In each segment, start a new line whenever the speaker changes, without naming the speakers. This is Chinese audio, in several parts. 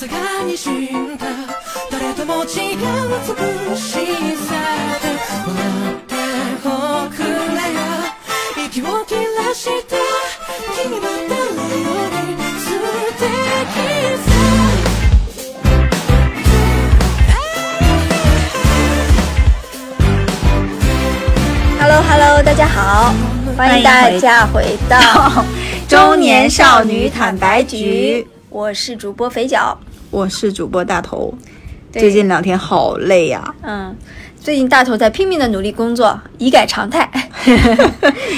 じんだ誰とも違う美しさで笑っておくれよ息を切らして君は誰より素敵さ
哈喽哈喽，大家好，欢迎大家回到
中年少女坦白局，
我是主播肥脚。
我是主播大头，
对
最近两天好累啊呀、
嗯，最近大头在拼命的努力工作，以改常 态，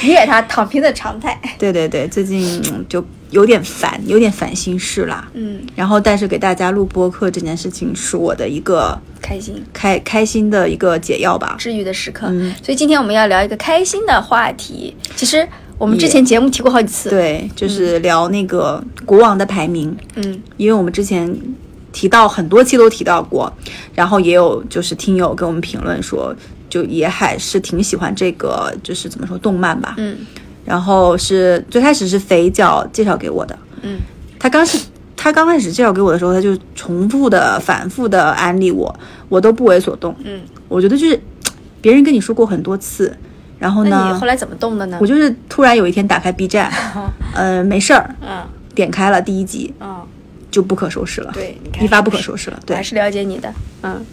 以改他躺平的常态。
对对对，最近嗯就有点烦，有点烦心事啦。
嗯，
然后，但是给大家录播客这件事情是我的一个
开心
开开心的一个解药吧。
治愈的时刻。
嗯
所以今天我们要聊一个开心的话题。其实我们之前节目提过好几次。，
对，就是聊那个国王的排名，
嗯，
因为我们之前提到很多期都提到过，然后也有就是听友给我们评论说，就也还是挺喜欢这个，就是怎么说动漫吧。
嗯，
然后是最开始是肥脚介绍给我的，
嗯，
他刚是。他刚开始介绍给我的时候，他就重复的、反复的安利我，我都不为所动。
嗯，
我觉得就是别人跟你说过很多次，然后
那
呢，
你后来怎么动的呢
我？就是突然有一天打开 B 站，呃，没事儿，
嗯
点开了第一集
嗯，
就不可收拾了，
对，你看
一发不可
是
收拾了，
我
对
还，是了解你的，嗯，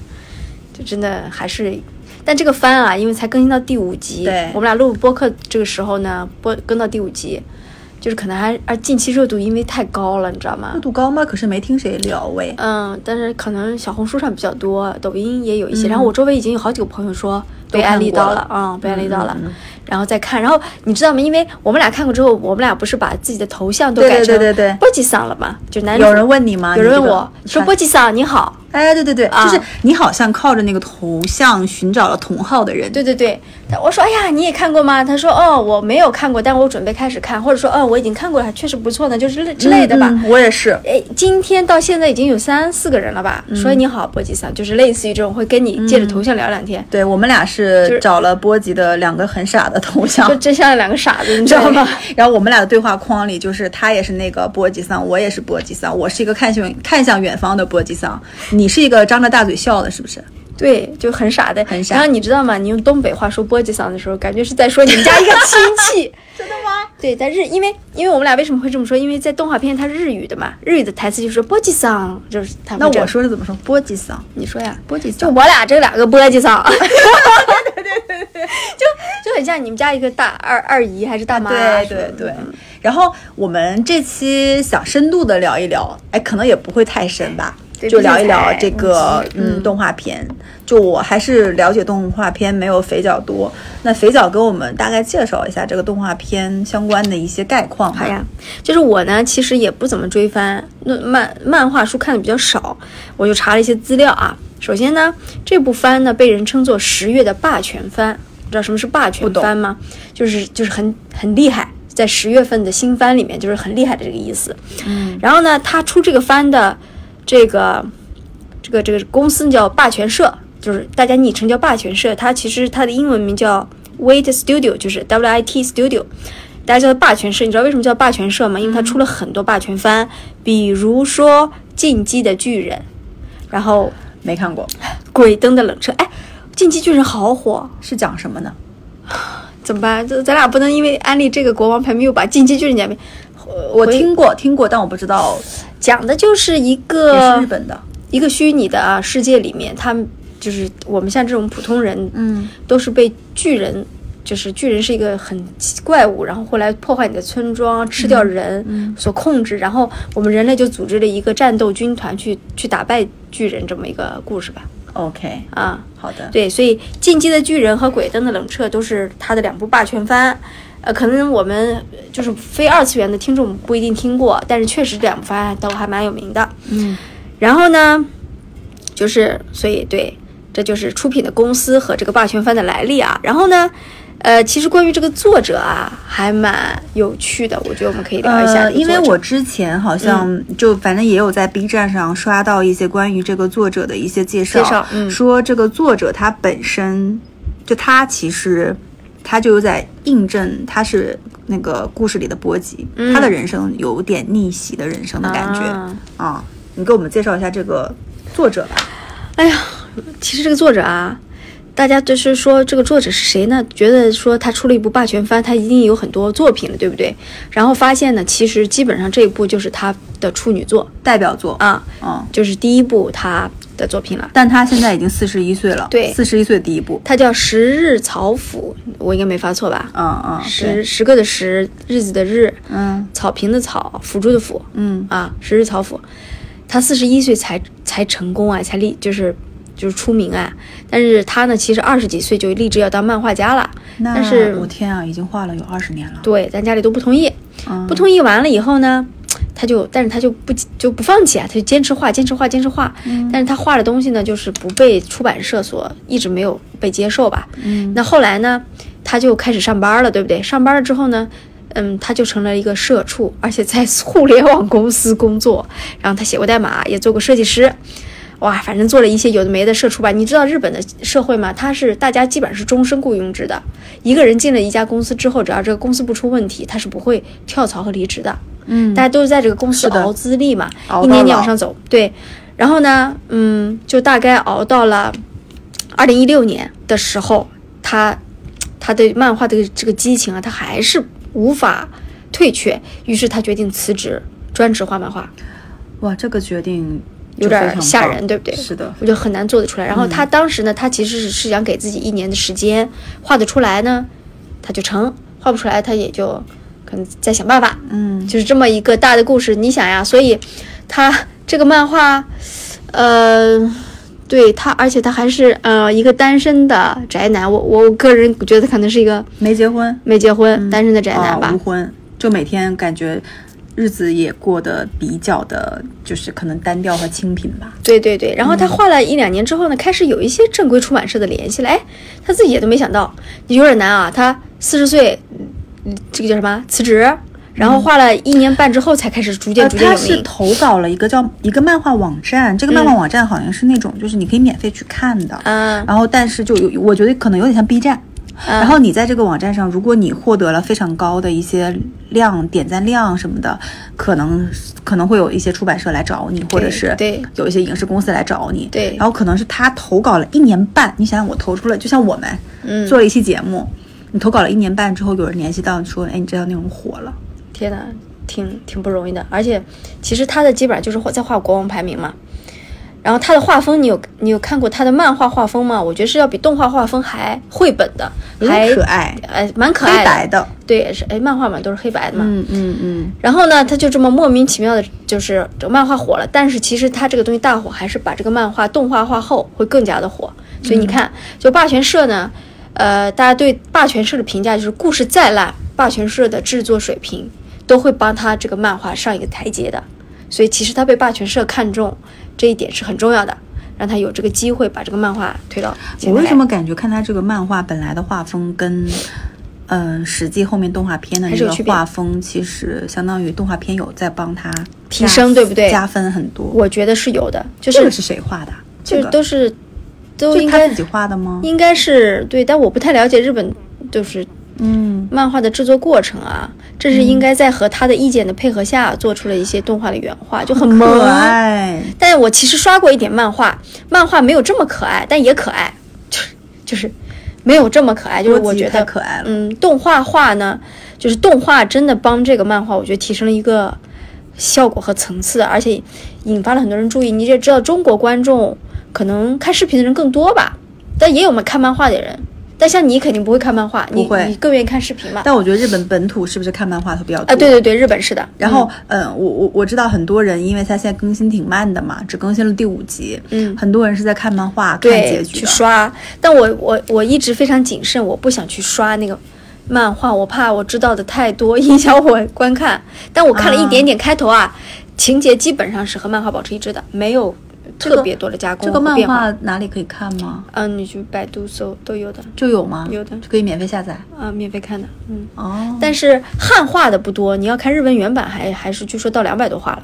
就真的还是，但这个番啊，因为才更新到第五集，
对
我们俩录播客这个时候呢，播更到第五集，就是可能还而近期热度因为太高了，你知道吗
热？度高吗？可是没听谁聊喂，
嗯，但是可能小红书上比较多，抖音也有一些。然后
嗯
我周围已经有好几个朋友说被安利到了，嗯，被安利到了，然后再看。然后你知道吗？因为我们俩看过之后，我们俩不是把自己的头像都
对
改
对
成
对对对
波吉桑了嘛？就男
有
主
人问你吗？
有人
你这
问
个
我说
传
波吉桑你好，
哎，对对对，
啊
就是你好像靠着那个头像寻找了同号的人，
对对对，他我说哎呀，你也看过吗？他说哦，我没有看过，但我准备开始看，或者说哦，我已经看过了，确实不错呢，就是类之类的吧。
嗯我也是，
哎，今天到现在已经有三四个人了
嗯
吧？说你好，波吉桑，就是类似于这种会跟你借着头像聊两天，
对我们俩
就是是
找了波吉的两个很傻的头像
就。真像两个傻子，你
你
知道吗？？
然后我们俩的嗯对话框里，就是他也是那个波吉桑，我也是波吉桑，我是一个看向看向远方的波吉桑，你是一个张着大嘴笑的，是不是？
对，就很傻的，
很傻
然后你知道吗？你用东北话说波吉桑的时候，感觉是在说你们家一个亲 戚。真的吗？对，但是因为因为我们俩为什么会这么说？因为在动画片它是日语的嘛，日语的台词就是波吉桑，就是他们
那
这
我
样
说是怎么说？波吉桑，
你说呀。
波吉桑
就我俩这两个簸箕 嗓，对对对对对，就就 很像你们家一个大二二姨还是嗯大妈、
啊对对对，然后我们这期想深度的聊一聊，哎，可能也不会太深吧，
对
就聊
毕
一
竟
聊
才
这个嗯动画片。就我还是了解动画片没有肥脚多，那肥脚给我们大概介绍一下这个动画片相关的一些概况。
好，呀，就是我呢，其实也不怎么追番，那漫漫画书看的比较少，我就查了一些资料啊。首先呢，这部番呢被人称作十月的霸权番，你知道什么是霸权番吗？
嗯
就是就是很很厉害，在十月份的新番里面就是很厉害的这个意思。嗯，然后呢，他出这个番的这个这个这个公司叫霸权社，就是大家昵称叫霸权社。它其实它的英文名叫 Wait Studio，就是 W I T Studio。大家叫它霸权社，你知道为什么叫霸权社吗？
嗯
因为它出了很多霸权番，比如说《进击的巨人》，然后
没看过，
《鬼灯的冷彻》。哎，《进击巨人》好火，
是讲什么呢？
怎么办？这咱俩不能因为安利这个国王排名又把《进击巨人》讲遍。
我听过听过，但我不知道
讲的就是一
也
个
是日本的。
一个虚拟的啊世界里面，他们就是我们像这种普通人，
嗯，
都是被巨人，就是巨人是一个很奇怪物，然后会来破坏你的村庄，吃掉人，所控制。然后我们人类就组织了一个战斗军团去去打败巨人这么一个故事吧。
OK，
啊，
好的，
对，所以《进击的巨人》和《鬼灯的冷彻》都是他的两部霸权番。呃，可能我们呃就是非二次元的听众不一定听过，但是确实这两部番都还蛮有名的。
嗯，
然后呢，就是所以对，这就是出品的公司和这个霸权番的来历啊。然后呢，呃，其实关于这个作者啊，还蛮有趣的，我觉得我们可以聊一下、
呃。因为我之前好
嗯
像就反正也有在 B 站上刷到一些关于这个作者的一些介绍，
介绍嗯
说这个作者他本身就他其实他就有在印证他是那个故事里的波吉，他的人生有点逆袭的人生的感觉
嗯啊
啊、你给我们介绍一下这个作者吧。
哎呀，其实这个作者啊，大家就是说这个作者是谁呢？觉得说他出了一部霸权番，他一定有很多作品了，对不对？然后发现呢，其实基本上这一部就是他的处女作
代表作，
啊，
嗯，
就是第一部他的作品了。
但他现在已经四十一岁了，
对
四十一岁第一部，
他叫十日草府，我应该没发错吧？
嗯嗯，对
啊十十个的十，日子的日，
嗯
草坪的草，辅助的辅，
嗯
啊，十日草府，他四十一岁才才成功啊，才立就是就是出名啊。但是他呢，其实二十几岁就立志要当漫画家了，
那
但是
我天啊，已经画了有二十年了，
对，咱家里都不同 意。
嗯
不同意完了以后呢，他就但是他就不就不放弃啊，他就坚持画，坚持画，坚持画。但是他画的东西呢，就是不被出版社所一直没有被接受吧。
嗯
那后来呢，他就开始上班了，对不对？上班了之后呢，嗯，他就成了一个社畜，而且在 互联网公司工作。然后他写过代码，也做过设计师。哇，反正做了一些有的没的社畜吧。你知道日本的社会吗？他是大家基本上是终身雇佣制的。一个人进了一家公司之后，只要这个公司不出问题，他是不会跳槽和离职的。
嗯
大家都是在这个公司
是的
熬资历嘛，
熬
一
到
年年
老
往上走。对，然后呢，嗯，就大概熬到了二零一六年的时候，他他对漫画的这个激情啊，他还是无法退却，于是他决定辞职，专职画漫画。
哇，这个决定就
有点
非
儿
常
吓
棒
人，对不对？
是的，嗯
我就很难做得出来。然后他当时呢，他其实是是想给自己一年的时间，画得出来呢，他就成；画不出来，他也就可能再想办法。
嗯
就是这么一个大的故事。你想呀，所以他这个漫画，呃，对他，而且他还是呃一个单身的宅男。我我个人觉得可能是一个
没结婚，
没结婚、单身的宅男
啊
吧
无。婚，就每天感觉日子也过得比较的，就是可能单调和清贫吧。
对对对，然后他
嗯
画了一两年之后呢，开始有一些正规出版社的联系了，哎，他自己也都没想到，有点难啊。他四十岁，嗯这个叫什么辞职，然后画了一年半之后才开始逐渐
嗯呃，
逐渐
他
有
是
名。
投稿了一个叫一个漫画网站，这个
嗯
漫画网站好像是那种就是你可以免费去看的，
啊
然后但是就有我觉得可能有点像 B 站。
嗯
然后你在这个网站上，如果你获得了非常高的一些量、点赞量什么的，可能可能会有一些出版社来找你，或者是
对
有一些影视公司来找你。
对
然后可能是他投稿了一年半，你想想我投出了，就像我们、
嗯
做了一期节目，你投稿了一年半之后，有人联系到你说，哎，你这条内容火了。
天呐，挺挺不容易的。而且其实他的基本上就是画在画国王排名嘛。然后他的画风，你有你有看过他的漫画画风吗？我觉得是要比动画画风还绘本的，
有点
还
可爱
哎，蛮可
黑
爱的。
白的，
对，是哎，漫画嘛都是黑白的嘛。
嗯嗯嗯，
然后呢，他就这么莫名其妙的，就是这个漫画火了。但是其实他这个东西大火，还是把这个漫画动画化后会更加的火。
嗯
所以你看，就霸权社呢，呃，大家对霸权社的评价就是，故事再烂，霸权社的制作水平都会帮他这个漫画上一个台阶的。所以其实他被霸权社看中这一点是很重要的，让他有这个机会把这个漫画推到前面
我
来。
为什么感觉看他这个漫画本来的画风跟，嗯、实际后面动画片的
还
这
是有
个
区别
画风，其实相当于动画片有在帮他
提
加
升对不对
加分很多。
我觉得是有的，就
这个
是
是谁画的？
就
这
是
个
都是都
就是
应
他
该
自己画的吗？
应该是对，但我不太了解日本就是
嗯，
漫画的制作过程啊，这是应该在和他的意见的配合下做出了一些动画的原画，就很萌
可。爱。
但我其实刷过一点漫画，漫画没有这么可爱，但也可爱， 就是就是没有这么可爱，就是
多
我
吉
觉
太
得
可爱了
嗯，动画画呢，就是动画真的帮这个漫画，我觉得提升了一个效果和层次，而且引发了很多人注意。你也知道，中国观众可能看视频的人更多吧，但也有嘛看漫画的人。但像你肯定不会看漫画，你
不会
你更愿意看视频嘛？
但我觉得日本本土是不是看漫画会比较多？
啊，对对对，日本是的。
然后，嗯，我我我知道很多人，因为他现在更新挺慢的嘛，只更新了第五集，
嗯
很多人是在看漫画看
对
结局
去
的，
刷，但我我我一直非常谨慎，我不想去刷那个漫画，我怕我知道的太多影响我观看。但我看了一点点开头啊，情节基本上是和漫画保持一致的，没有
个
特别多的加工
这个
和
漫
变化。
画哪里可以看吗？
嗯，你去百度搜都有的，
就有吗？
有的
就可以免费下载。
啊，免费看的，嗯。
哦，
但是汉化的不多，你要看日文原版还还是据说到两百多话了。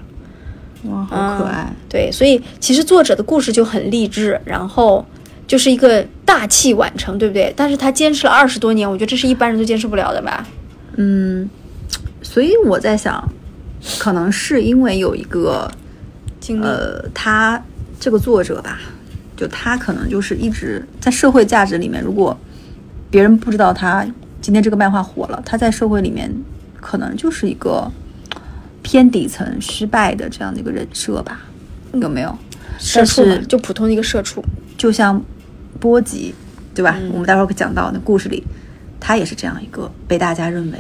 哇，好可爱。
嗯对，所以其实作者的故事就很励志，然后就是一个大器晚成，对不对？但是他坚持了二十多年，我觉得这是一般人都坚持不了的吧？
嗯，所以我在想，可能是因为有一个
经历
呃，他这个作者吧，就他可能就是一直在社会价值里面，如果别人不知道他今天这个漫画火了，他在社会里面可能就是一个偏底层失败的这样的一个人设吧，有没有？
社畜嘛
但是
就普通的一个社畜，
就像波吉，对吧？
嗯
我们待会儿会讲到那故事里，他也是这样一个被大家认为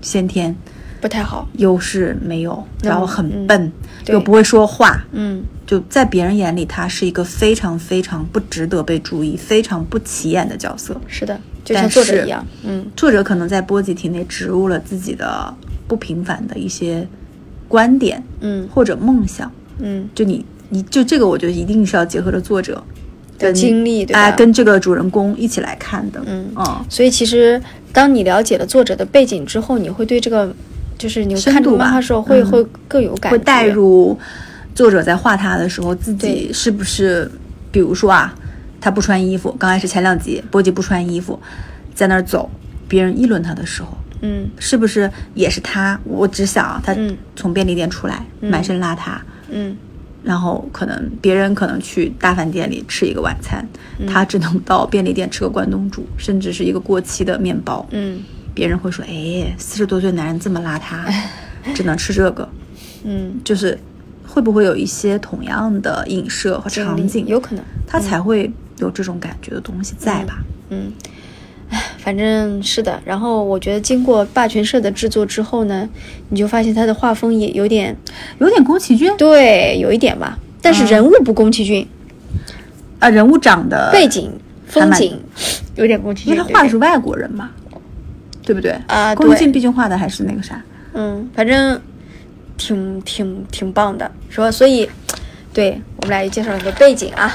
先天
不太好。
优势没有，
那
然后
么
很
嗯
笨，
对
又不会说话，
嗯，
就在别人眼里，他是一个非常非常不值得被注意、非常不起眼的角色。
是的，就
但
像作者
是
一样，嗯，
作者可能在波吉体内植入了自己的不平凡的一些观点，
嗯
或者梦想。
嗯，
就你，你就这个，我觉得一定是要结合着作者
的
跟
经历对吧
哎，跟这个主人公一起来看的。
嗯
嗯，
所以其实当你了解了作者的背景之后，你会对这个就是你
深
看这
度
个漫
吧
画的时候会、
嗯
会更有感觉，
会带入作者在画他的时候，自己
对
是不是，比如说啊，他不穿衣服，刚开始前两集波吉不穿衣服，在那儿走，别人议论他的时候，
嗯
是不是也是他？我只想啊他
嗯
从便利店出来，满身邋遢，
嗯
然后可能别人可能去大饭店里吃一个晚餐，
嗯
他只能到便利店吃个关东煮，甚至是一个过期的面包。
嗯
别人会说：“哎，四十多岁男人这么邋遢， 只能吃这个。”
嗯，
就是会不会有一些同样的影射和
经
场
历
景，
有可能，
他才会有这种感觉的东西在吧？
嗯，唉，反正是的。然后我觉得经过霸权社的制作之后呢，你就发现他的画风也有点
有点宫崎骏
对，有一点吧，但
嗯
是人物不宫崎骏，
啊，人物长得
背，景
还
风
蛮
景有点宫崎
因
骏，
为他画的是
有点
外国人嘛，对不对？
啊
宫崎
对
骏毕竟画的还是那个啥，
嗯，反正挺挺挺棒的。说，所以对我们俩也介绍了个背景啊。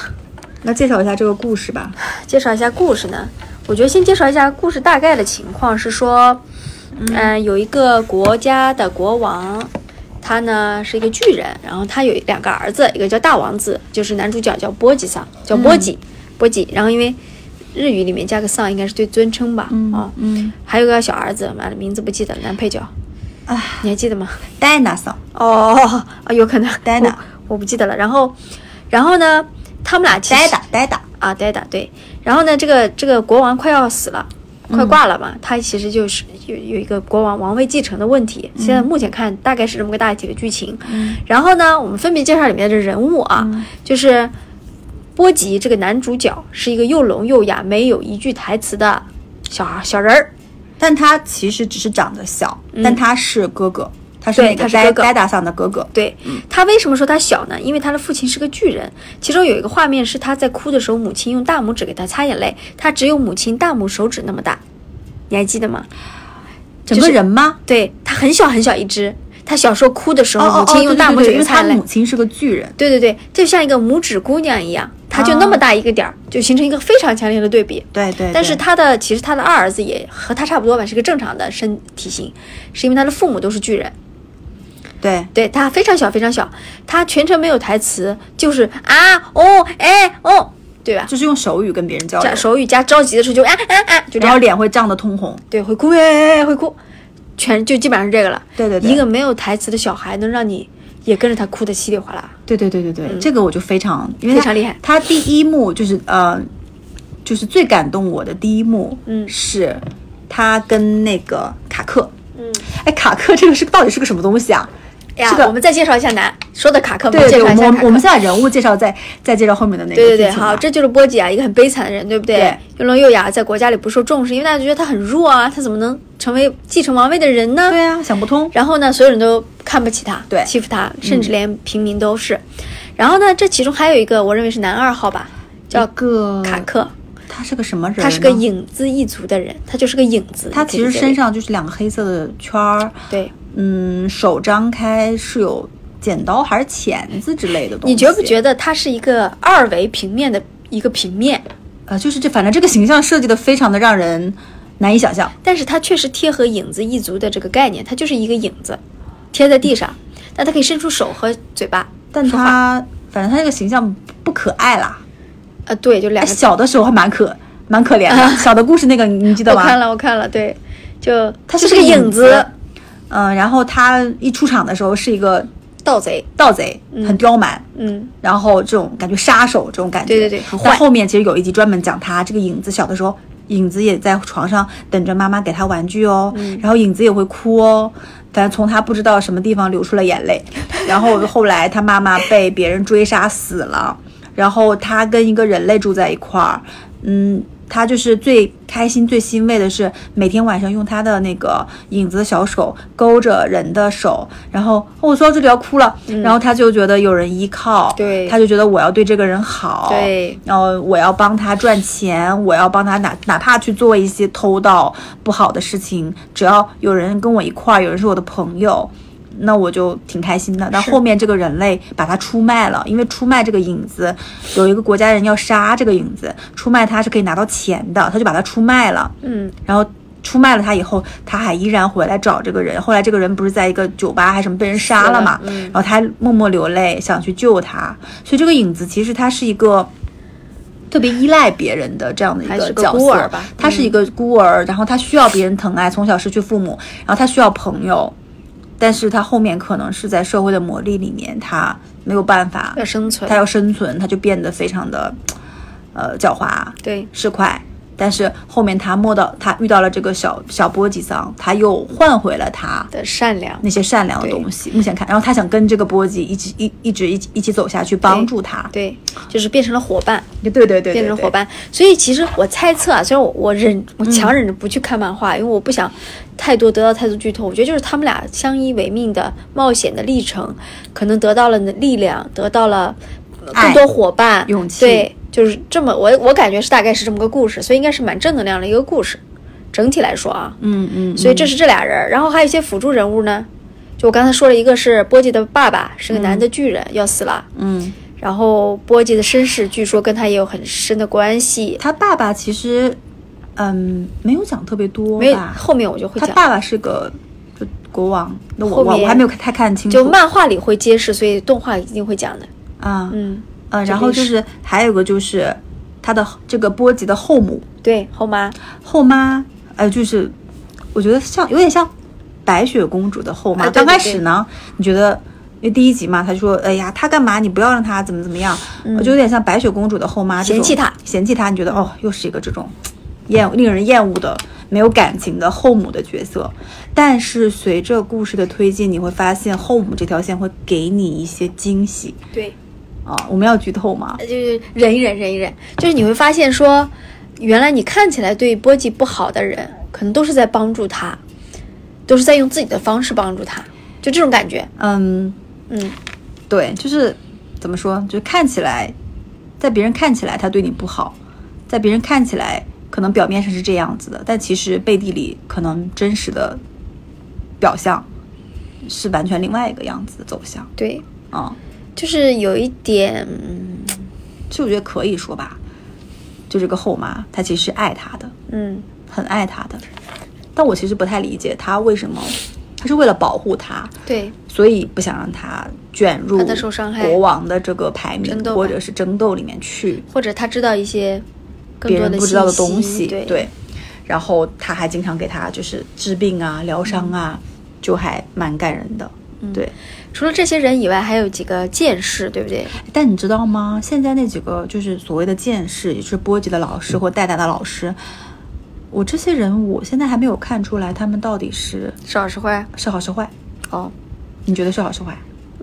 那介绍一下这个故事吧。
介绍一下故事呢？我觉得先介绍一下故事大概的情况是说，嗯、有一个国家的国王，他呢是一个巨人，然后他有两个儿子，一个叫大王子，就是男主角叫波吉桑，叫波吉、
嗯
波吉。然后因为日语里面加个桑应该是对尊称吧？啊，
嗯，
还有个小儿子，完了名字不记得，男配角，
啊，
你还记得吗？
戴娜嫂，
哦， 啊，有可能，
呆的
我我不记得了。然后，然后呢，他们俩其实
呆的呆的，
啊，呆的对。然后呢，这个这个国王快要死了，快挂了嘛，他其实就是有有一个国王王位继承的问题。现在目前看大概是这么个大体的剧情。然后呢，我们分别介绍里面的人物啊，就是波吉这个男主角是一个又聋又哑、没有一句台词的小孩小人儿。
但他其实只是长得小，但他是哥哥，他
嗯
是
对
那
他
个
是
呆
哥哥
呆达桑的哥哥。
对他为什么说他小呢？因为他的父亲是个巨人。其中有一个画面是他在哭的时候，母亲用大拇指给他擦眼泪，他只有母亲大拇手指那么大，你还记得吗？
整个人吗？
对他很小很小一只，他小时候哭的时候，母亲
哦对
哦用
对
大拇
对
指
因
给
为
擦
他
眼泪
母。亲是个巨人，
对对对，就像一个拇指姑娘一样，他就那么大一个点儿，就形成一个非常强烈的对比。
对对
但是他的其实他的二儿子也和他差不多吧，是个正常的身体型，是因为他的父母都是巨人。
对
对他非常小非常小，他全程没有台词，就是啊哦哎哦，对吧？
就是用手语跟别人交流
加，手语加着急的时候就啊啊啊，就这
然后
样，
脸会涨得通红。
对，会哭哎哎哎会哭，全就基本上是这个了。
对对对
一个没有台词的小孩能让你也跟着他哭得稀里哗啦。
对对对对对，这个我就非常因为
嗯非
他
常厉害
他第一幕就是呃，就是最感动我的第一幕，
嗯
是他跟那个卡克，
嗯，
哎，卡克这个是到底是个什么东西啊？
呀，
这个
我们再介绍一下男说的卡克，我
对
们呃介
对，
绍
我
一下
们
卡
我们
克。
现在人物介绍再再介绍后面的那个
对对对，
剧情吧
好，这就是波吉啊，一个很悲惨的人，对不对？
对
又聋又哑，在国家里不受重视，因为大家觉得他很弱啊，他怎么能成为继承王位的人呢？
对啊，想不通，
然后呢，所有人都看不起他，
对
欺负他，甚至连平民都是。然后呢，这其中还有一个，我认为是男二号吧，叫
一个
卡克，
他是个什么人呢？
他是个影子一族的人，他就是个影子。
他
你可以
其实
理解
身
为
上就是两个黑色的圈儿，
对，
嗯，手张开是有剪刀还是钳子之类的东西。
你觉不觉得他是一个二维平面的一个平面？
呃，就是这，反正这个形象设计的非常的让人难以想象。
但是它确实贴合影子一族的这个概念，它就是一个影子，贴在地上，但它可以伸出手和嘴巴。
但
说话
他反正他这个形象不可爱啦。
呃，对，就两
哎，
个
小的时候还蛮可蛮可怜 的，小的故事那个你记得
我
吗？
看了，我看了，对，就
他
就是是个
影
影子，
嗯、然后他一出场的时候是一个
盗贼，
盗贼，很刁蛮，
嗯，
然后这种感觉杀手这种感觉，
对对对很坏
但后面其实有一集专门讲他这个影子小的时候，影子也在床上等着妈妈给他玩具哦，
嗯
然后影子也会哭哦，但从他不知道什么地方流出了眼泪，然后后来他妈妈被别人追杀死了，然后他跟一个人类住在一块儿，嗯。他就是最开心、最欣慰的是，每天晚上用他的那个影子的小手勾着人的手，然后、哦我说到这里要哭了，
嗯
然后他就觉得有人依靠，
对
他就觉得我要对这个人好，
对，
然后我要帮他赚钱，我要帮他哪哪怕去做一些偷盗不好的事情，只要有人跟我一块儿，有人是我的朋友。那我就挺开心的。但后面这个人类把他出卖了，因为出卖这个影子，有一个国家人要杀这个影子，出卖他是可以拿到钱的，他就把他出卖了。
嗯，
然后出卖了他以后，他还依然回来找这个人。后来这个人不是在一个酒吧还什么被人杀了嘛，
死了嗯
然后他还默默流泪，想去救他。所以这个影子其实他是一个。特别依赖别人的这样的一
还是个
角色，
孤儿吧嗯
他是一个孤儿，然后他需要别人疼爱，从小失去父母，然后他需要朋友，但是他后面可能是在社会的磨砺里面，他没有办法，
要生存
他，要生存，他就变得非常的，呃，狡猾，
对，
是快，但是后面他摸到他遇到了这个小小波吉桑，他又换回了他
的善良
那，些善良的
对
东西。目前看，然后他想跟这个波吉一起一一直一起一起走下去，帮助他。
对，就是变成了伙伴，
对对对对，
变成
对
伙。伴。所以其实我猜测啊，虽然我我忍我强
嗯
忍着不去看漫画，因为我不想太多得到太多剧透。我觉得就是他们俩相依为命的冒险的历程，可能得到了力量，得到了呃更
爱
多伙伴、
勇气
对，就是这么我我感觉是大概是这么个故事，所以应该是蛮正能量的一个故事。整体来说啊，
嗯嗯，
所以这是这俩人儿，然后还有一些辅助人物呢。就我刚才说了一个是波吉的爸爸，是个男的巨人，要死了。
嗯，
然后波吉的身世据说跟他也有很深的关系，
他爸爸其实，嗯，没有讲特别多
没有
吧。
后面我就会
他
讲，
爸爸是个就国王，那我
后
我
面
我还没有太看清楚。
就漫画里会揭示，所以动画一定会讲的。
啊，
嗯，
呃，
这
然后
历
就
史
是还有一个就是他的这个波吉的后母，
对，后妈
后妈，呃，就是我觉得像有点像白雪公主的后妈。
啊对
刚开
对对
始呢，你觉得因为第一集嘛，她就说：“哎呀，她干嘛？你不要让她怎么怎么样。我就有点像白雪公主的后妈，这
嗯嫌弃
种
她
嫌弃她。你觉得哦，又是一个这种厌令人厌恶的。没有感情的后母的角色，但是随着故事的推进，你会发现后母这条线会给你一些惊喜
对，
啊！我们要剧透吗？
就是忍一忍，忍一忍，就是你会发现说，原来你看起来对波吉不好的人，可能都是在帮助他，都是在用自己的方式帮助他，就这种感觉。
嗯，
嗯，
对，就是怎么说，就是看起来，在别人看起来他对你不好，在别人看起来可能表面上是这样子的，但其实背地里可能真实的表象是完全另外一个样子的走向
对，
啊、
就是有一点，嗯
所以我觉得可以说吧，就这个后妈，她其实是爱他的，
嗯，
很爱他的，但我其实不太理解她为什么，她是为了保护他，
对，
所以不想让他卷入
怕他受伤害
国王的这个排名
争斗吧
或者是争斗里面去，
或者他知道一些更
别
多
人
的
不知道的
信
东
息
西，
对
然后他还经常给他就是治病啊、疗伤啊，就还蛮感人的。对，
除了这些人以外，还有几个剑士，对不对？
但你知道吗？现在那几个就是所谓的剑士，也就是波吉的老师或戴达的老师，我这些人我现在还没有看出来他们到底是
是好是坏？
是好是坏。
哦，
你觉得是好是坏？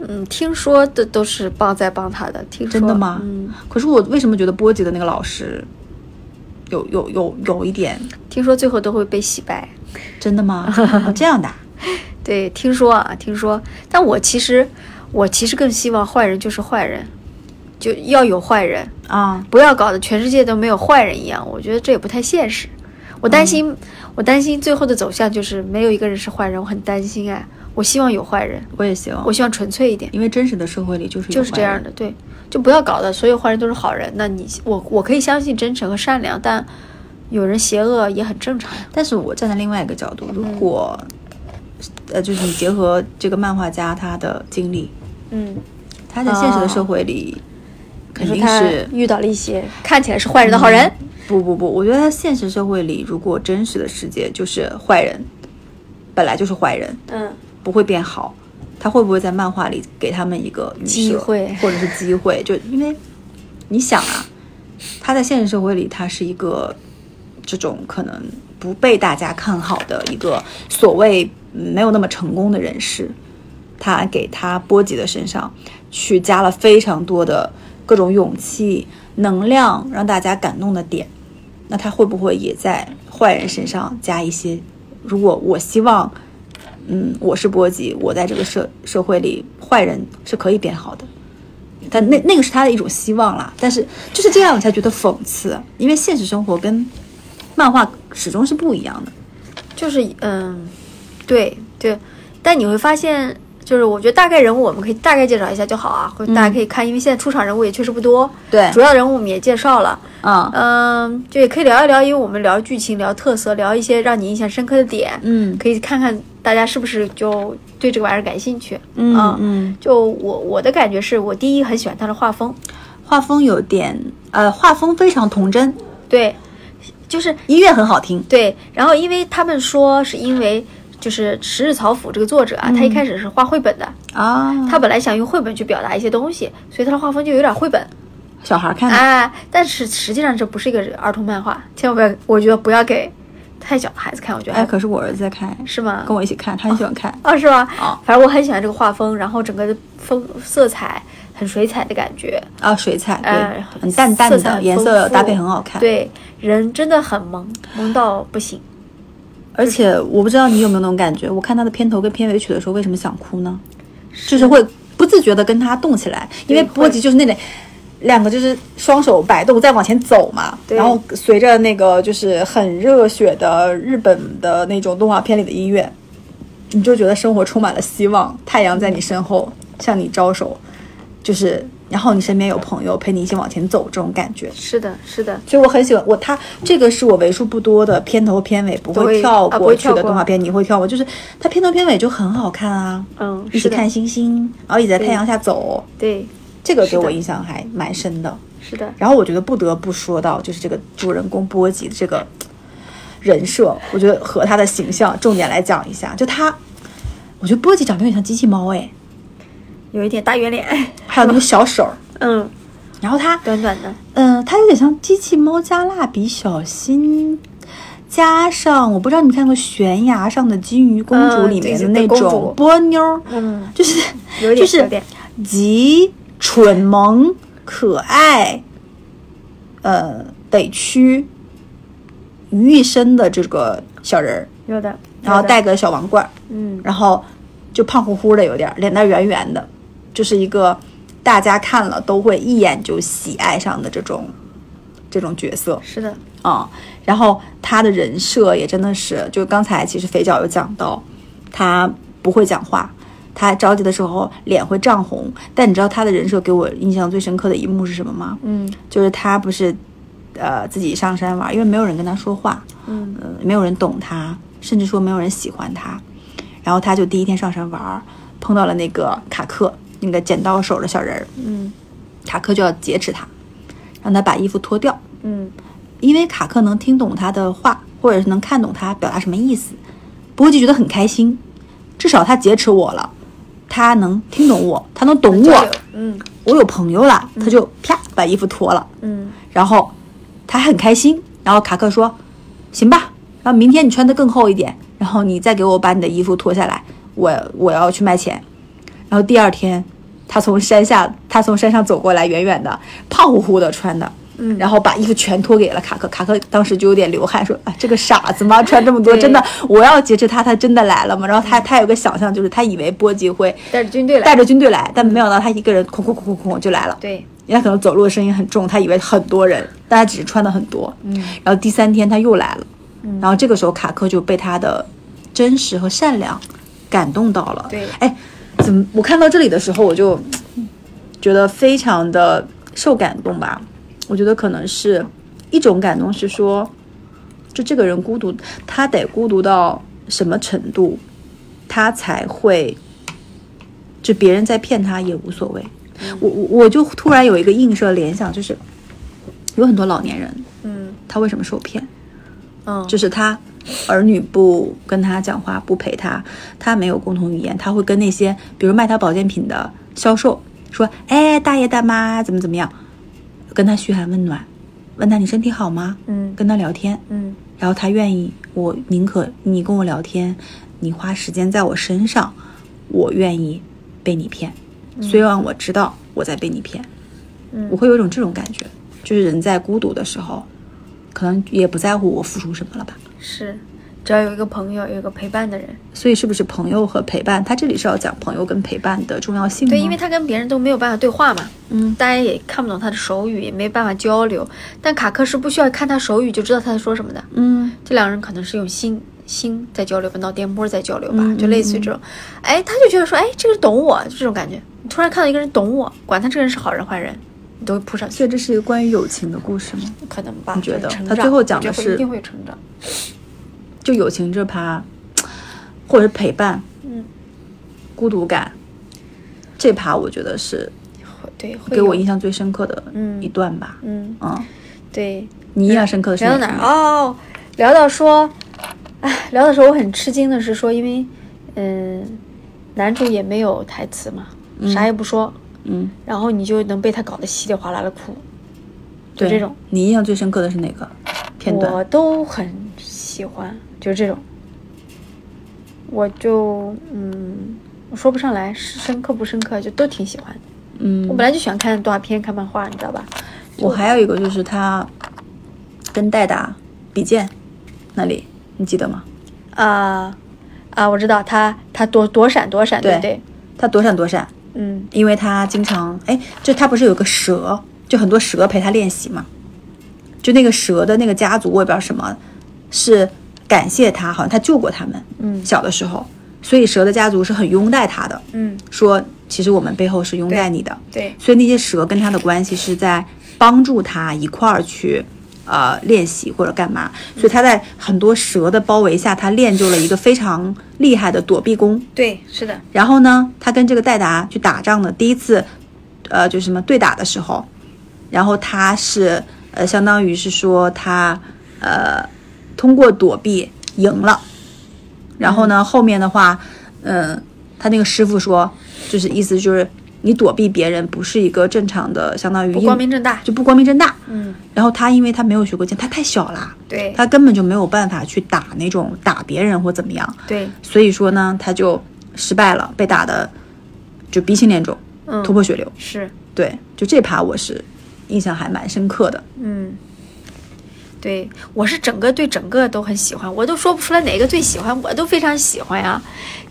嗯，听说的都是帮在帮他的，听说
真的吗？
嗯，
可是我为什么觉得波吉的那个老师有有有有一点
听说最后都会被洗白。
真的 吗？哦这样的啊，
对，听说啊，听说。但我其实，我其实更希望坏人就是坏人，就要有坏人，
啊
不要搞得全世界都没有坏人一样。我觉得这也不太现实。我担心，
嗯
我担心最后的走向就是没有一个人是坏人，我很担心哎。我希望有坏人，
我也行，
我希望纯粹一点，
因为真实的社会里就是有
就是这
坏人
样的，对，就不要搞得所有坏人都是好人。那你我我可以相信真诚和善良，但有人邪恶也很正常呀。
但是我站在另外一个角度，如果、呃，就是你结合这个漫画家他的经历，
嗯，
他在现实的社会里肯
说
定
他
是、
遇到了一些看起来是坏人的好人，
不不不，我觉得他现实社会里，如果真实的世界就是坏人，本来就是坏人，
嗯
不会变好。他会不会在漫画里给他们一个预设
机会
或者是机会？就因为你想啊，他在现实社会里，他是一个这种可能不被大家看好的一个所谓没有那么成功的人士，他给他波吉的身上去加了非常多的各种勇气、能量，让大家感动的点。那他会不会也在坏人身上加一些？如果我希望，嗯，我是波吉，我在这个社社会里，坏人是可以变好的。但那那个是他的一种希望啦。但是就是这样，我才觉得讽刺，因为现实生活跟漫画始终是不一样的。
就是嗯，对对，但你会发现，就是我觉得大概人物我们可以大概介绍一下就好啊，或者大家可以看，因为现在出场人物也确实不多，
对
主要人物我们也介绍了，
啊，
嗯，就也可以聊一聊，因为我们聊剧情、聊特色、聊一些让你印象深刻的点，
嗯
可以看看大家是不是就对这个玩意儿感兴趣，啊
嗯嗯，
就我我的感觉是我第一很喜欢他的画风，
画风有点，呃，画风非常童真，
对，就是
音乐很好听。
对，然后因为他们说是因为就是十日草辅这个作者啊，
嗯
他一开始是画绘本的，
啊，
他本来想用绘本去表达一些东西，所以他的画风就有点绘本，
小孩看的，
哎，但是实际上这不是一个儿童漫画，千万不要，我觉得不要给太小的孩子看，我觉得
哎，
还
可是我儿子在看，
是吗？
跟我一起看，他很喜欢看。
哦，是吗？
哦
反正我很喜欢这个画风，然后整个的风色彩很水彩的感觉，
啊，水彩对
哎，
很淡淡
色彩
的，
很
颜
丰
色搭配
富
很好看。，
对，人真的很萌，萌到不行。
而且我不知道你有没有那种感觉，我看它的片头跟片尾曲的时候，为什么想哭呢？就是会不自觉的跟它动起来，因为
对
波
会
吉就是那种两个就是双手摆动在往前走嘛，
对
然后随着那个就是很热血的日本的那种动画片里的音乐，你就觉得生活充满了希望，太阳在你身后向你招手，就是然后你身边有朋友陪你一起往前走，这种感觉。
是的，是的，
所以我很喜欢我他这个是我为数不多的片头片尾不
都
会
会
跳
啊不
过
会
去的
跳过
动画片，你会跳过，就是它片头片尾就很好看啊，
嗯，
一
是
起
的，
看星星，然后一起在太阳下走，
对，
这个
是
给
的
我印象还蛮深的。
是的，
然后我觉得不得不说到就是这个主人公波吉的这个人设，我觉得和他的形象重点来讲一下，就他，我觉得波吉长得有点像机器猫哎，
有一点大圆脸，
还有那个小手儿，
嗯，
然后他
短短的，
嗯，它有点像机器猫加蜡笔小新，加上我不知道你看过《悬崖上的金鱼公主》
嗯
里面
对
的
对
那
公主
种波妞儿，
嗯，
就是
有点
就
有
是
点
集蠢萌、可爱，呃，得区于一身的这个小人儿，
有的，
然后
有的
戴个小王冠儿，
嗯，
然后就胖乎乎的有点儿，脸蛋圆圆的，就是一个大家看了都会一眼就喜爱上的这种这种角色
是的，
啊、然后他的人设也真的是，就刚才其实肥脚有讲到，他不会讲话。他着急的时候脸会涨红，但你知道他的人设给我印象最深刻的一幕是什么吗？
嗯
就是他不是，呃，自己上山玩，因为没有人跟他说话，
嗯
呃，没有人懂他，甚至说没有人喜欢他。然后他就第一天上山玩儿，碰到了那个卡克，那个剪刀手的小人儿，
嗯
卡克就要劫持他，让他把衣服脱掉，
嗯，
因为卡克能听懂他的话，或者是能看懂他表达什么意思。波吉觉得很开心，至少他劫持我了，他能听懂我，他能懂
交流
我，
嗯
我有朋友了，他就啪把衣服脱了。
嗯
然后他还很开心。然后卡克说：“行吧，然后明天你穿的更厚一点，然后你再给我把你的衣服脱下来，我我要去卖钱。”然后第二天，他从山下他从山上走过来，远远的，胖乎乎的穿的。
嗯
然后把衣服全脱给了卡克，卡克当时就有点流汗，说：“啊，这个傻 子吗？穿这么多，
对
真的，我要劫持他，他真的来了吗？”然后他他有个想象，就是他以为波吉会
带着军队来
带着军队来，但没想到他一个人，哐哐哐哐哐就来了。
对，
人家可能走路的声音很重，他以为很多人，但他只是穿的很多。嗯，然后第三天他又来了，嗯、然后这个时候卡克就被他的真实和善良感动到了。
对
哎，怎么我看到这里的时候，我就嗯觉得非常的受感动吧？我觉得可能是一种感动是说，就这个人孤独，他得孤独到什么程度，他才会就别人在骗他也无所谓。
嗯
我我我就突然有一个映射联想，就是有很多老年人，
嗯
他为什么受骗？
嗯，
就是他儿女不跟他讲话，不陪他，他没有共同语言，他会跟那些比如卖他保健品的销售说：“哎，大爷大妈怎么怎么样”，跟他嘘寒问暖，问他你身体好吗？
嗯
跟他聊天，
嗯
然后他愿意，我宁可你跟我聊天，你花时间在我身上，我愿意被你骗，虽然我知道我在被你骗，
嗯
我会有一种这种感觉，就是人在孤独的时候，可能也不在乎我付出什么了吧。
是，只要有一个朋友，有一个陪伴的人，
所以是不是朋友和陪伴？他这里是要讲朋友跟陪伴的重要性吗？
对，因为他跟别人都没有办法对话嘛，
嗯
大家也看不懂他的手语，也没办法交流。但卡克是不需要看他手语就知道他在说什么的。
嗯
这两人可能是用心心在交流，跟脑电波在交流吧，
嗯
就类似于这种。哎，他就觉得说，哎，这个人懂我，就这种感觉。你突然看到一个人懂我，管他这个人是好人坏人，你都会扑上去
所以，这是关于友情的故事吗？
可能吧？
你觉得
就是成
他
长
最后讲的
我觉得
是
会一定会有成长。
就友情这趴，或者是陪伴、
嗯，
孤独感这趴，我觉得是
会对，会
给我
有
印象最深刻的
嗯
一段吧。
嗯，
嗯，
对，
你印象深刻的是
聊到
哪
哪
一
儿？
段？
哦，聊到说，哎，聊的时候我很吃惊的是说，因为，嗯，男主也没有台词嘛，啥也不说，
嗯，
然后你就能被他搞得稀里哗啦的哭，
对，
这种。
你印象最深刻的是哪个片
我
段？
都很喜欢，就是这种，我就嗯，我说不上来是深刻不深刻，就都挺喜欢的。
嗯，
我本来就喜欢看动画片、看漫画，你知道吧？
我还有一个就是他跟戴达比剑那里，你记得吗？
啊、啊，我知道他他躲躲闪躲闪，对不对？
他躲闪躲闪，
嗯，
因为他经常哎，就他不是有个蛇，就很多蛇陪他练习嘛，就那个蛇的那个家族，我也不知道什么，是感谢他，好像他救过他们，
嗯
小的时候，所以蛇的家族是很拥戴他的，
嗯，
说其实我们背后是拥戴你的，
对，
所以那些蛇跟他的关系是在帮助他一块儿去。呃，练习或者干嘛，
嗯
所以他在很多蛇的包围下，他练就了一个非常厉害的躲避功。
对，是的，
然后呢，他跟这个戴达去打仗的第一次，呃，就是什么对打的时候，然后他是呃，相当于是说他呃通过躲避赢了，然后呢，后面的话，嗯、他那个师傅说，就是意思就是你躲避别人不是一个正常的，相当于
不光明正大。
就不光明正大。
嗯，
然后他因为他没有学过剑，他太小啦，
对，
他根本就没有办法去打那种打别人或怎么样。
对，
所以说呢，他就失败了，被打的就鼻青脸肿，
嗯，
头破血流。
是，
对，就这趴我是印象还蛮深刻的。
嗯，对，我是整个对整个都很喜欢，我都说不出来哪个最喜欢，我都非常喜欢呀。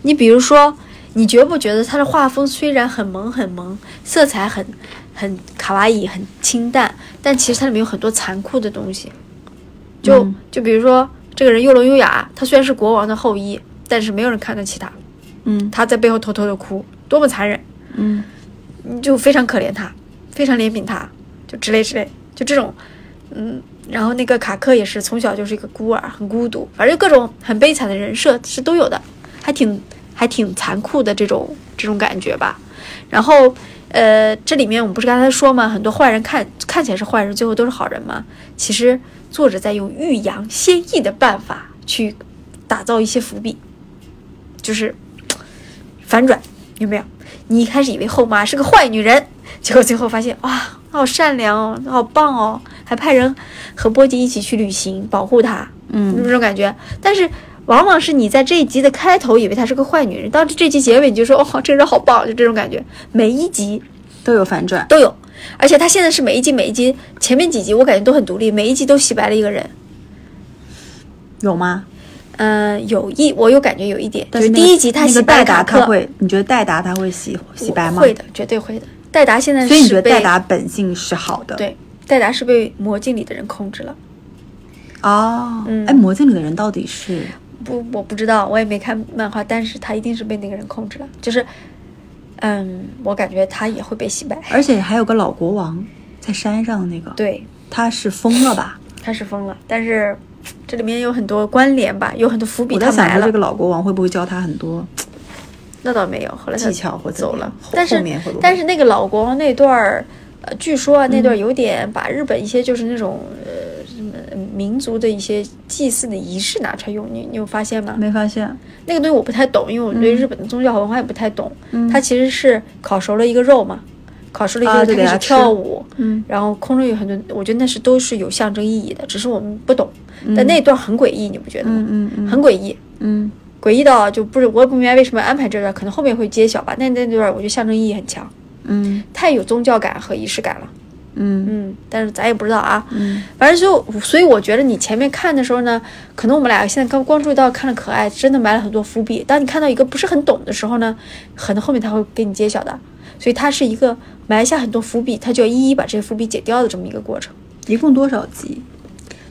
你比如说，你觉不觉得它的画风虽然很萌很萌，色彩很很卡哇伊很清淡，但其实它里面有很多残酷的东西。就、
嗯
就比如说，这个人又聋又哑，他虽然是国王的后裔，但是没有人看得起他，
嗯
他在背后偷偷的哭，多么残忍！
嗯
你就非常可怜他，非常怜悯他，就之类之类，就这种，嗯，然后那个卡克也是从小就是一个孤儿，很孤独，反正就各种很悲惨的人设是都有的，还挺还挺残酷的这种这种感觉吧。然后，呃，这里面我们不是刚才说嘛，很多坏人看看起来是坏人，最后都是好人嘛。其实作者在用欲扬先抑的办法去打造一些伏笔，就是反转，有没有？你一开始以为后妈是个坏女人， 结果最后发现哇，她好善良哦，她好棒哦，还派人和波吉一起去旅行，保护她，有没有
嗯，
这种感觉。但是往往是你在这一集的开头以为她是个坏女人，到这集结尾你就说哦，这个人好棒，就这种感觉。每一集
都有反转。
都有，而且她现在是每一集每一集前面几集我感觉都很独立，每一集都洗白了一个人。
有吗？
嗯、有一我有感觉有一点，
但是
就
那
是
个、
第一集她
那
洗
个
白
戴
了
达
卡克，
他会，你觉得戴达他会洗洗白吗？
会的，绝对会的。戴达现在
所以你
是
觉得
被
戴达本性是好的？。
对，戴达是被魔镜里的人控制了。
哦，
嗯
哎，魔镜里的人到底是
不，我不知道，我也没看漫画，但是他一定是被那个人控制了。就是，嗯，我感觉他也会被洗白。
而且还有个老国王在山上的那个，，
对，
他是疯 了吧？
他是疯了，但是这里面有很多关联吧，有很多伏笔
我
他
在想
埋
说
了。
这个老国王会不会教他很多？
那倒没有，后来他
技巧或怎么
走了
样后，
但
后
是
面会不会嗯
但是那个老国王那段儿，呃，据说啊那段儿有点把日本一些就是那种呃什么们民族的一些祭祀的仪式拿出来用，你你有发现吗？
没发现，
那个东西我不太懂，因为我
嗯
对日本的宗教文化也不太懂。它其实是烤熟了一个肉嘛，烤熟了一
啊
个
就
肉
给
开
它
始
吃
跳舞，
嗯
然后空中有很多，我觉得那是都是有象征意义的，只是我们不懂。但那段很诡异，你不觉得吗？
嗯嗯
很诡异，
嗯
诡异到就不是我也不明白为什么安排这段，可能后面会揭晓吧。那那段我觉得象征意义很强，
嗯
太有宗教感和仪式感了。
嗯
嗯，但是咱也不知道啊。
嗯，
反正就，所以我觉得你前面看的时候呢，可能我们俩现在刚光注意到看了可爱，真的埋了很多伏笔。当你看到一个不是很懂的时候呢，可能后面他会给你揭晓的。所以它是一个埋下很多伏笔，它就要一一把这些伏笔解掉的这么一个过程。
一共多少集？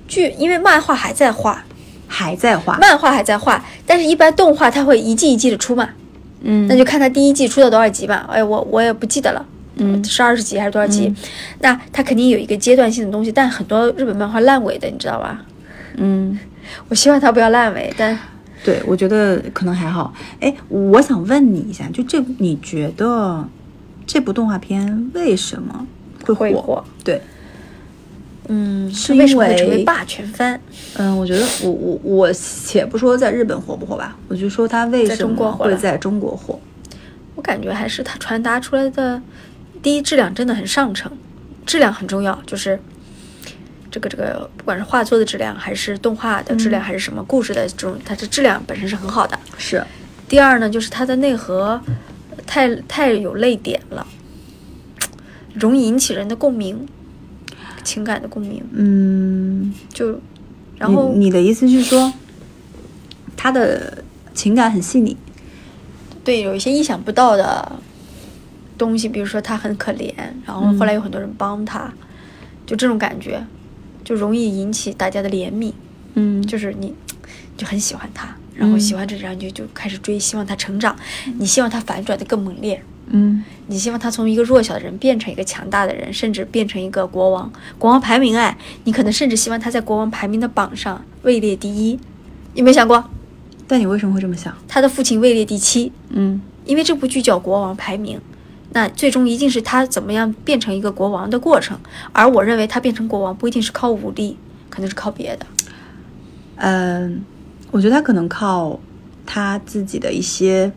剧因为漫画还在画，
还在画，
漫画还在画，但是一般动画它会一季一季的出嘛，
嗯
那就看它第一季出到多少集吧。哎，我我也不记得了。
嗯
是二十集还是多少集？那它肯定有一个阶段性的东西，但很多日本漫画烂尾的，你知道吧？
嗯，
我希望它不要烂尾，但
对，我觉得可能还好。哎，我想问你一下，就这部，你觉得这部动画片为什么会火？
会火
对，
嗯，
是
为什么
因
会成为
为
霸权番？
嗯，我觉得我我我且不说在日本火不火吧，我就说它为
在
什
中国
么
火了
会在中国火。
我感觉还是它传达出来的，第一质量真的很上乘，质量很重要，就是这个这个，不管是画作的质量，还是动画的质量，还是什么故事的这种，它的质量本身是很好的。
是，
第二呢，就是它的内核太太有泪点了，容易引起人的共鸣，情感的共鸣。
嗯，
就然后
你你的意思是说，他的情感很细腻，
对有一些意想不到的东西，比如说他很可怜，然后后来有很多人帮他，就这种感觉，就容易引起大家的怜悯，
嗯就
就是你就很喜欢他。然后喜欢这，然后你就就开始追，希望他成长，你希望他反转的更猛烈，
嗯
你希望他从一个弱小的人变成一个强大的人，甚至变成一个国王。国王排名哎，你可能甚至希望他在国王排名的榜上位列第一，有没有想过
但你为什么会这么想？
他的父亲位列第七？
嗯
因为这部剧叫《国王排名》，那最终一定是他怎么样变成一个国王的过程。而我认为他变成国王不一定是靠武力，可能是靠别的。
嗯，我觉得他可能靠他自己的一些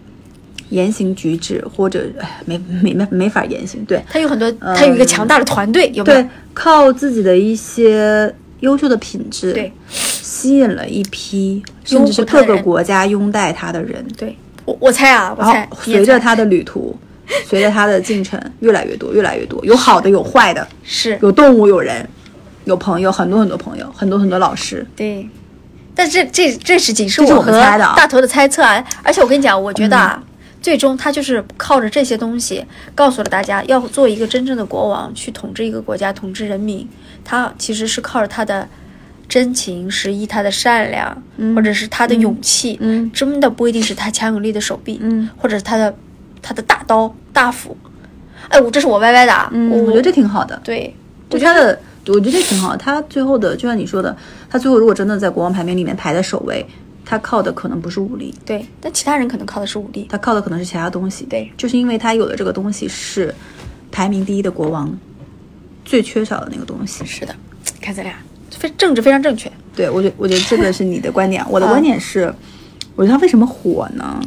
言行举止，或者哎没没没没法言行，对
他有很多，他有一个强大的团队，有没有
嗯对？，靠自己的一些优秀的品质，
对，
吸引了一批
拥
甚至
护
是
他的
各个
人
国家拥戴他的人，
对，我我猜啊，我
然后
猜，你也
随着
猜
他的旅途，随着他的进程，越来越多，越来越多，有好的，有坏的，
是
有动物，有人，有朋友，很多很多朋友，很多很多老师。
对，但这这这事情是
这是
我
我们
和
猜的啊嗯
大头的猜测啊，而且我跟你讲，我觉得啊，最终他就是靠着这些东西告诉了大家，要做一个真正的国王去统治一个国家，统治人民，他其实是靠着他的真情实意、他的善良，或者是他的勇气，
嗯
真的不一定是他强有力的手臂，
嗯
或者是他的他的大刀大斧。哎，我这是我歪歪的啊，
嗯，
我
我觉得这挺好的。
对，
就他的，我觉得这挺好。他最后的，就像你说的，他最后如果真的在国王排名里面排在首位，他靠的可能不是武力，
对，但其他人可能靠的是武力。
他靠的可能是其他东西。
对，
就是因为他有了这个东西是排名第一的国王最缺少的那个东西。
是的，看咱俩非政治非常正确。
对我觉我觉得这个是你的观点，啊我的观点是，
嗯
我觉得他为什么火呢？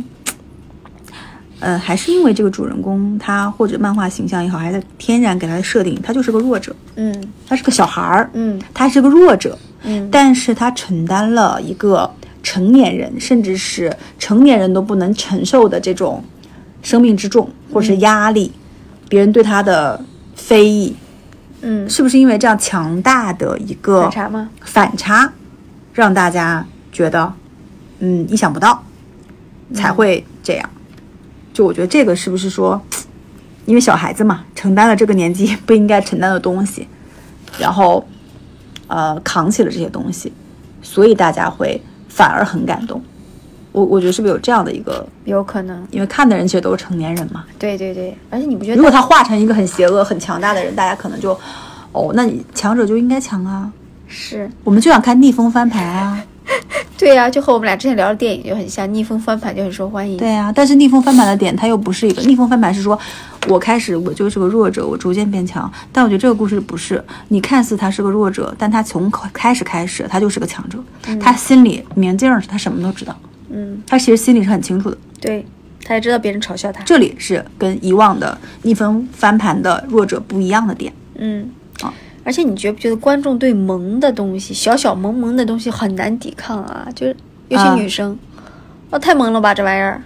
呃，还是因为这个主人公他或者漫画形象也好，还是天然给他的设定，他就是个弱者，
嗯
他是个小孩儿，
嗯
他是个弱者，
嗯，
但是他承担了一个成年人，甚至是成年人都不能承受的这种生命之重，或者是压力，别人对他的非议，
嗯，
是不是因为这样强大的一个
反差吗？
反差，让大家觉得，嗯，意想不到，才会这样。就我觉得这个是不是说，因为小孩子嘛，承担了这个年纪不应该承担的东西，然后，呃，扛起了这些东西，所以大家会反而很感动。我我觉得是不是有这样的一个，
有可能。
因为看的人其实都是成年人嘛。
对对对，而且你不觉得
如果他化成一个很邪恶、很强大的人，大家可能就，哦，那你强者就应该强啊，
是？
我们就想看逆风翻盘啊。
对呀、就和我们俩之前聊的电影就很像，逆风翻盘就很受欢迎。
对呀、但是逆风翻盘的点，它又不是一个逆风翻盘，是说我开始我就是个弱者，我逐渐变强。但我觉得这个故事不是，你看似他是个弱者，但他从开始开始他就是个强者，他心里明镜儿，他什么都知道，
嗯，
他其实心里是很清楚的。
对，他也知道别人嘲笑他。
这里是跟以往的逆风翻盘的弱者不一样的点。
嗯
啊，
而且你觉不觉得观众对萌的东西，小小萌萌的东西很难抵抗啊？就是尤其
啊
女生，哦，太萌了吧这玩意儿。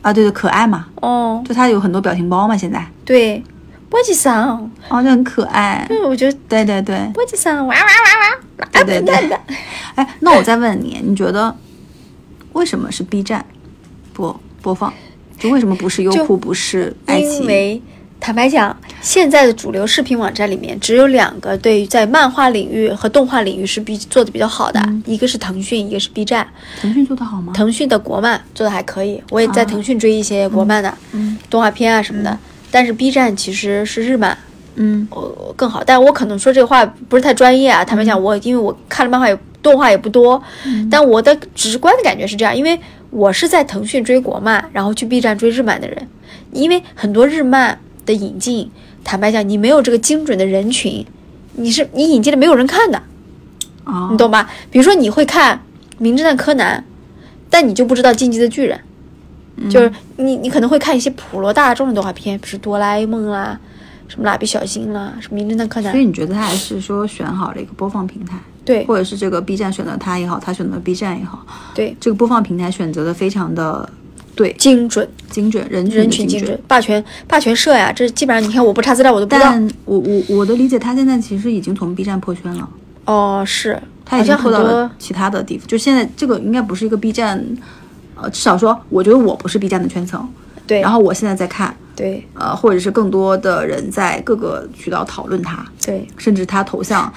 啊，对对，可爱嘛，
哦，
就他有很多表情包嘛，现在
对，波吉桑，
哦，就很可爱。
嗯，我觉得
对对对，
波吉桑哇哇哇哇，
对对对。哎，那我再问你，你觉得为什么是 B 站播播放？就为什么不是优酷，不是爱奇
因
艺？
为坦白讲，现在的主流视频网站里面，只有两个对于在漫画领域和动画领域是比做的比较好的，
嗯
一个是腾讯，一个是 B 站。
腾讯做的好吗？
腾讯的国漫做的还可以，我也在
啊
腾讯追一些国漫的、
嗯
动画片啊什么的。但是 B 站其实是日漫，
嗯
呃更好。但我可能说这话不是太专业啊。坦白讲，我因为我看的漫画也动画也不多，但我的直观的感觉是这样，因为我是在腾讯追国漫，然后去 B 站追日漫的人，因为很多日漫的引进，坦白讲，你没有这个精准的人群，你是你引进的没有人看的，
啊，
你懂吧？比如说你会看《名侦探柯南》，但你就不知道《进击的巨人》
嗯
就是你你可能会看一些普罗大众的动画片，比如说哆啦 A 梦啦，什么蜡笔小新啦，什么名侦探柯
所以
南，
你觉得他还是说选好了一个播放平台，
对
或者是这个 B 站选择他也好，他选择 B 站也好，
对，
这个播放平台选择的非常的对
精准
精准，人群的
人群精准，霸权霸权社呀，这基本上你看我不查资料我都不知道。
但我我我的理解，他现在其实已经从 B 站破圈了，
哦，是，
他
好
已经
像
破
很
到
多
了其他的地方。就现在这个应该不是一个 B 站，呃，至少说我觉得我不是 B 站的圈层。
对，
然后我现在在看，
对
呃，或者是更多的人在各个渠道讨论他，
对
甚至他头像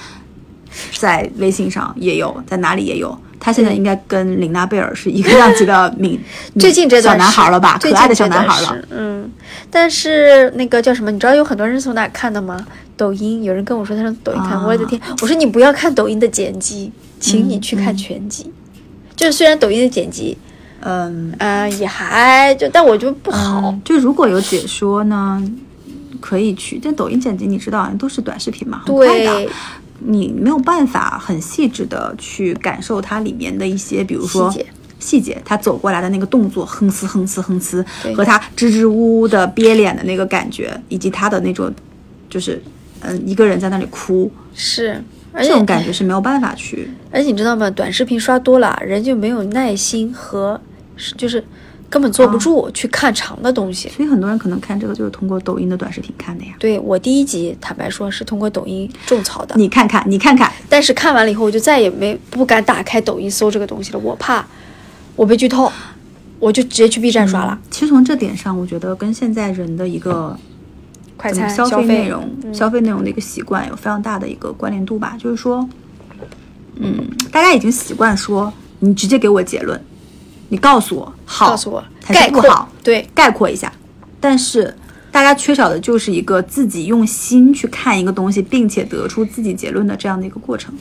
在微信上也有，在哪里也有。他现在应该跟琳娜贝尔是一个量级 的名
最近这段
嗯小男
是
孩了吧？
最
可
近
爱的
这
小男
段
孩了
是。嗯，但是那个叫什么？你知道有很多人是从哪看的吗？抖音，有人跟我说他从抖音看，
啊
我的天！我说你不要看抖音的剪辑，请你去看全集。就是虽然抖音的剪辑，
嗯，
呃，也还就，但我觉得不好。
嗯就如果有解说呢，可以去。但抖音剪辑你知道，都是短视频嘛，很快的。
对，
你没有办法很细致的去感受它里面的一些，比如说
细节
细节，他走过来的那个动作，哼哧哼哧哼哧
对，
和他支支吾吾的憋脸的那个感觉，以及他的那种，就是嗯，一个人在那里哭，
是，而
这
且
种感觉是没有办法去。
而且你知道吗？短视频刷多了，人就没有耐心和，是就是根本
啊
坐不住去看长的东西。
所以很多人可能看这个就是通过抖音的短视频看的呀。
对我第一集，坦白说是通过抖音种草的，
你看看，你看看，
但是看完了以后，我就再也没不敢打开抖音搜这个东西了，我怕我被剧透，我就直接去 B 站刷了。
其实从这点上，我觉得跟现在人的一个
快
嗯怎么
餐
消
费嗯
内容、消费内容的一个习惯有非常大的一个关联度吧。就是说，嗯，大家已经习惯说你直接给我结论，你告诉我好，
告诉我
还
概
是不
括
好，
对
概括一下。但是大家缺少的就是一个自己用心去看一个东西，并且得出自己结论的这样的一个过程。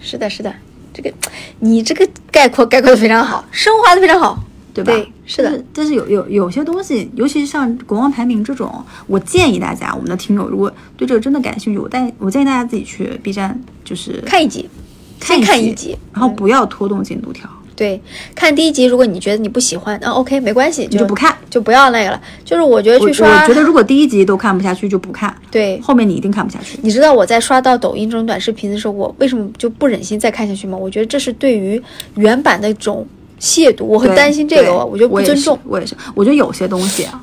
是的，是的，这个你这个概括概括的非常好，
嗯
升华的非常好，
对吧？
对是的
但。但是有有有些东西，尤其是像国王排名这种，我建议大家，我们的听友如果对这个真的感兴趣，我带我建议大家自己去 B 站，就是
看一集，
看
先看
一
一集嗯
然后不要拖动进度条。
对，看第一集，如果你觉得你不喜欢，那 OK 没关系，就
就不看
就不要那个了。就是我觉得
我
去
我
刷，
觉得如果第一集都看不下去就不看，
对
后面你一定看不下去。
你知道我在刷到抖音这种短视频的时候，我为什么就不忍心再看下去吗？我觉得这是对于原版的一种亵渎，我很
对
担心这
对
个，我觉得不
也
尊
是
重。
我也是，我觉得有些东西啊，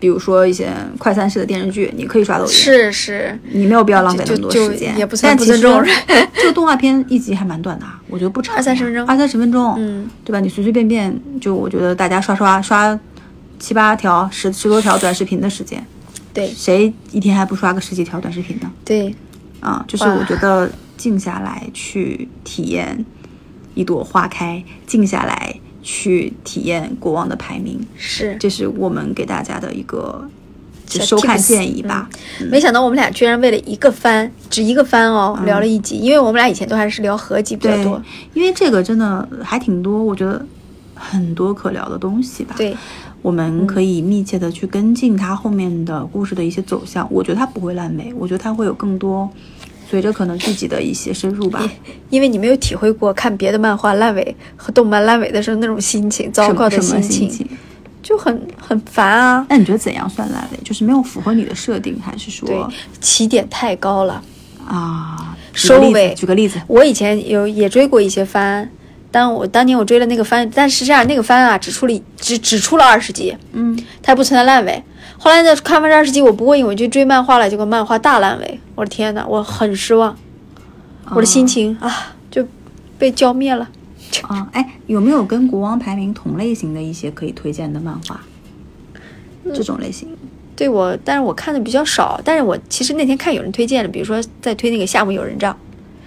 比如说一些快餐式的电视剧，你可以刷抖音，
是是，
你没有必要浪费那
就
么多
就
时间，
也不算
但
不
其
尊
实
重
这个动画片一集还蛮短的啊，我觉得不长呀，
二三十分钟
二三十分钟，
嗯，
对吧？你随随便便就，我觉得大家刷刷刷七八条、十十多条短视频的时间，
对
谁一天还不刷个十几条短视频呢？
对，
啊，就是
哇
我觉得静下来去体验一朵花开，静下来去体验国王的排名，
是
这是我们给大家的一个就
小嗯
收看
tips
建议吧。
没想到我们俩居然为了一个番，只一个番哦，聊了一集，因为我们俩以前都还是聊合集比较
嗯对
多。，
因为这个真的还挺多，我觉得很多可聊的东西吧。，
对，嗯
我们可以密切的去跟进它后面的故事的一些走向。我觉得它不会烂尾，我觉得它会有更多随着可能自己的一些深入吧。
因为你没有体会过看别的漫画烂尾和动漫烂尾的时候那种心情，糟
什
糕
么
的
什么
情，
情？
就很很烦啊。
那你觉得怎样算烂尾？就是没有符合你的设定，还是
对
说，
起点太高了。
啊？举
收
个例子
尾
举个例子，
我以前有也追过一些番，但我当年我追了那个番，但是这样那个番啊，只出了一只只出了二十集，
嗯，
它不存在烂尾。后来呢，看完这二十集我不过瘾，我就追漫画了，结果漫画大烂尾，我的天呐，我很失望，我的心情
哦
啊就被浇灭了。
啊，哎，有没有跟国王排名同类型的一些可以推荐的漫画？
嗯
这种类型，
对我，但是我看的比较少，但是我其实那天看有人推荐了，比如说在推那个《夏目友人帐》，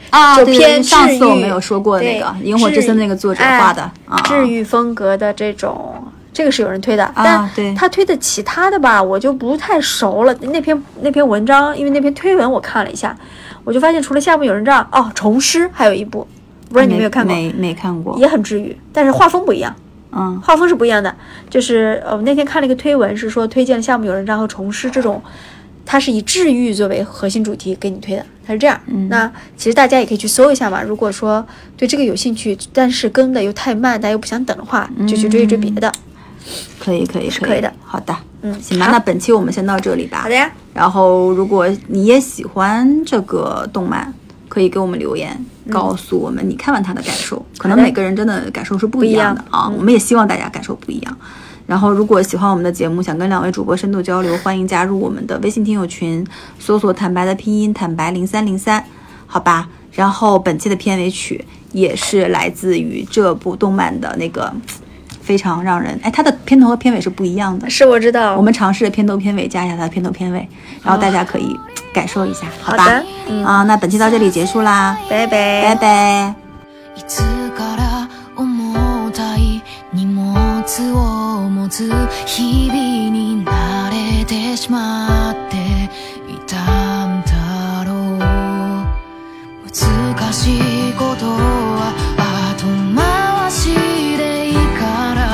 啊
就
对对
偏治
上次我
愈
们有说过那个《
对
萤火之森》
治愈
那个作者画的
哎
啊，
治愈风格的这种，这个是有人推的，但
对
他推的其他的吧，我就不太熟了。那篇那篇文章，因为那篇推文我看了一下，我就发现除了夏目友人帐，哦，重师还有一部，不知哎道你有没有看过，
啊没没看过，
也很治愈，但是画风不一样。
嗯
画风是不一样的。就是呃，我那天看了一个推文，是说推荐了《夏目友人帐》和《重师》这种，它是以治愈作为核心主题给你推的，它是这样。那其实大家也可以去搜一下嘛。如果说对这个有兴趣，但是更的又太慢，大家又不想等的话，就去追一追别的。
可以可以可以
可以的，
好的，
嗯
行吧，
好
那本期我们先到这里吧。
好的呀，
然后如果你也喜欢这个动漫，可以给我们留言，告诉我们你看完它的感受。可能
嗯好的
每个人真的感受是不
不一
一样的
样
啊，我们也希望大家感受不一样。然后，如果喜欢我们的节目，想跟两位主播深度交流，欢迎加入我们的微信听友群，搜索“坦白”的拼音“坦白零三零三”，好吧。然后本期的片尾曲也是来自于这部动漫的那个非常让人哎，它的片头和片尾是不一样的，
是我知道，
我们尝试片头片尾加一下它的片头片尾，然后大家可以感受一下，好吧？
哦好的
啊，那本期到这里结束啦，
拜拜
拜拜
いつから重たい荷物を持つ日々に慣れてしまっていたんだろう難しいことは後回しでいいから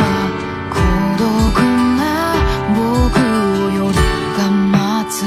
孤独な僕を夜が待つ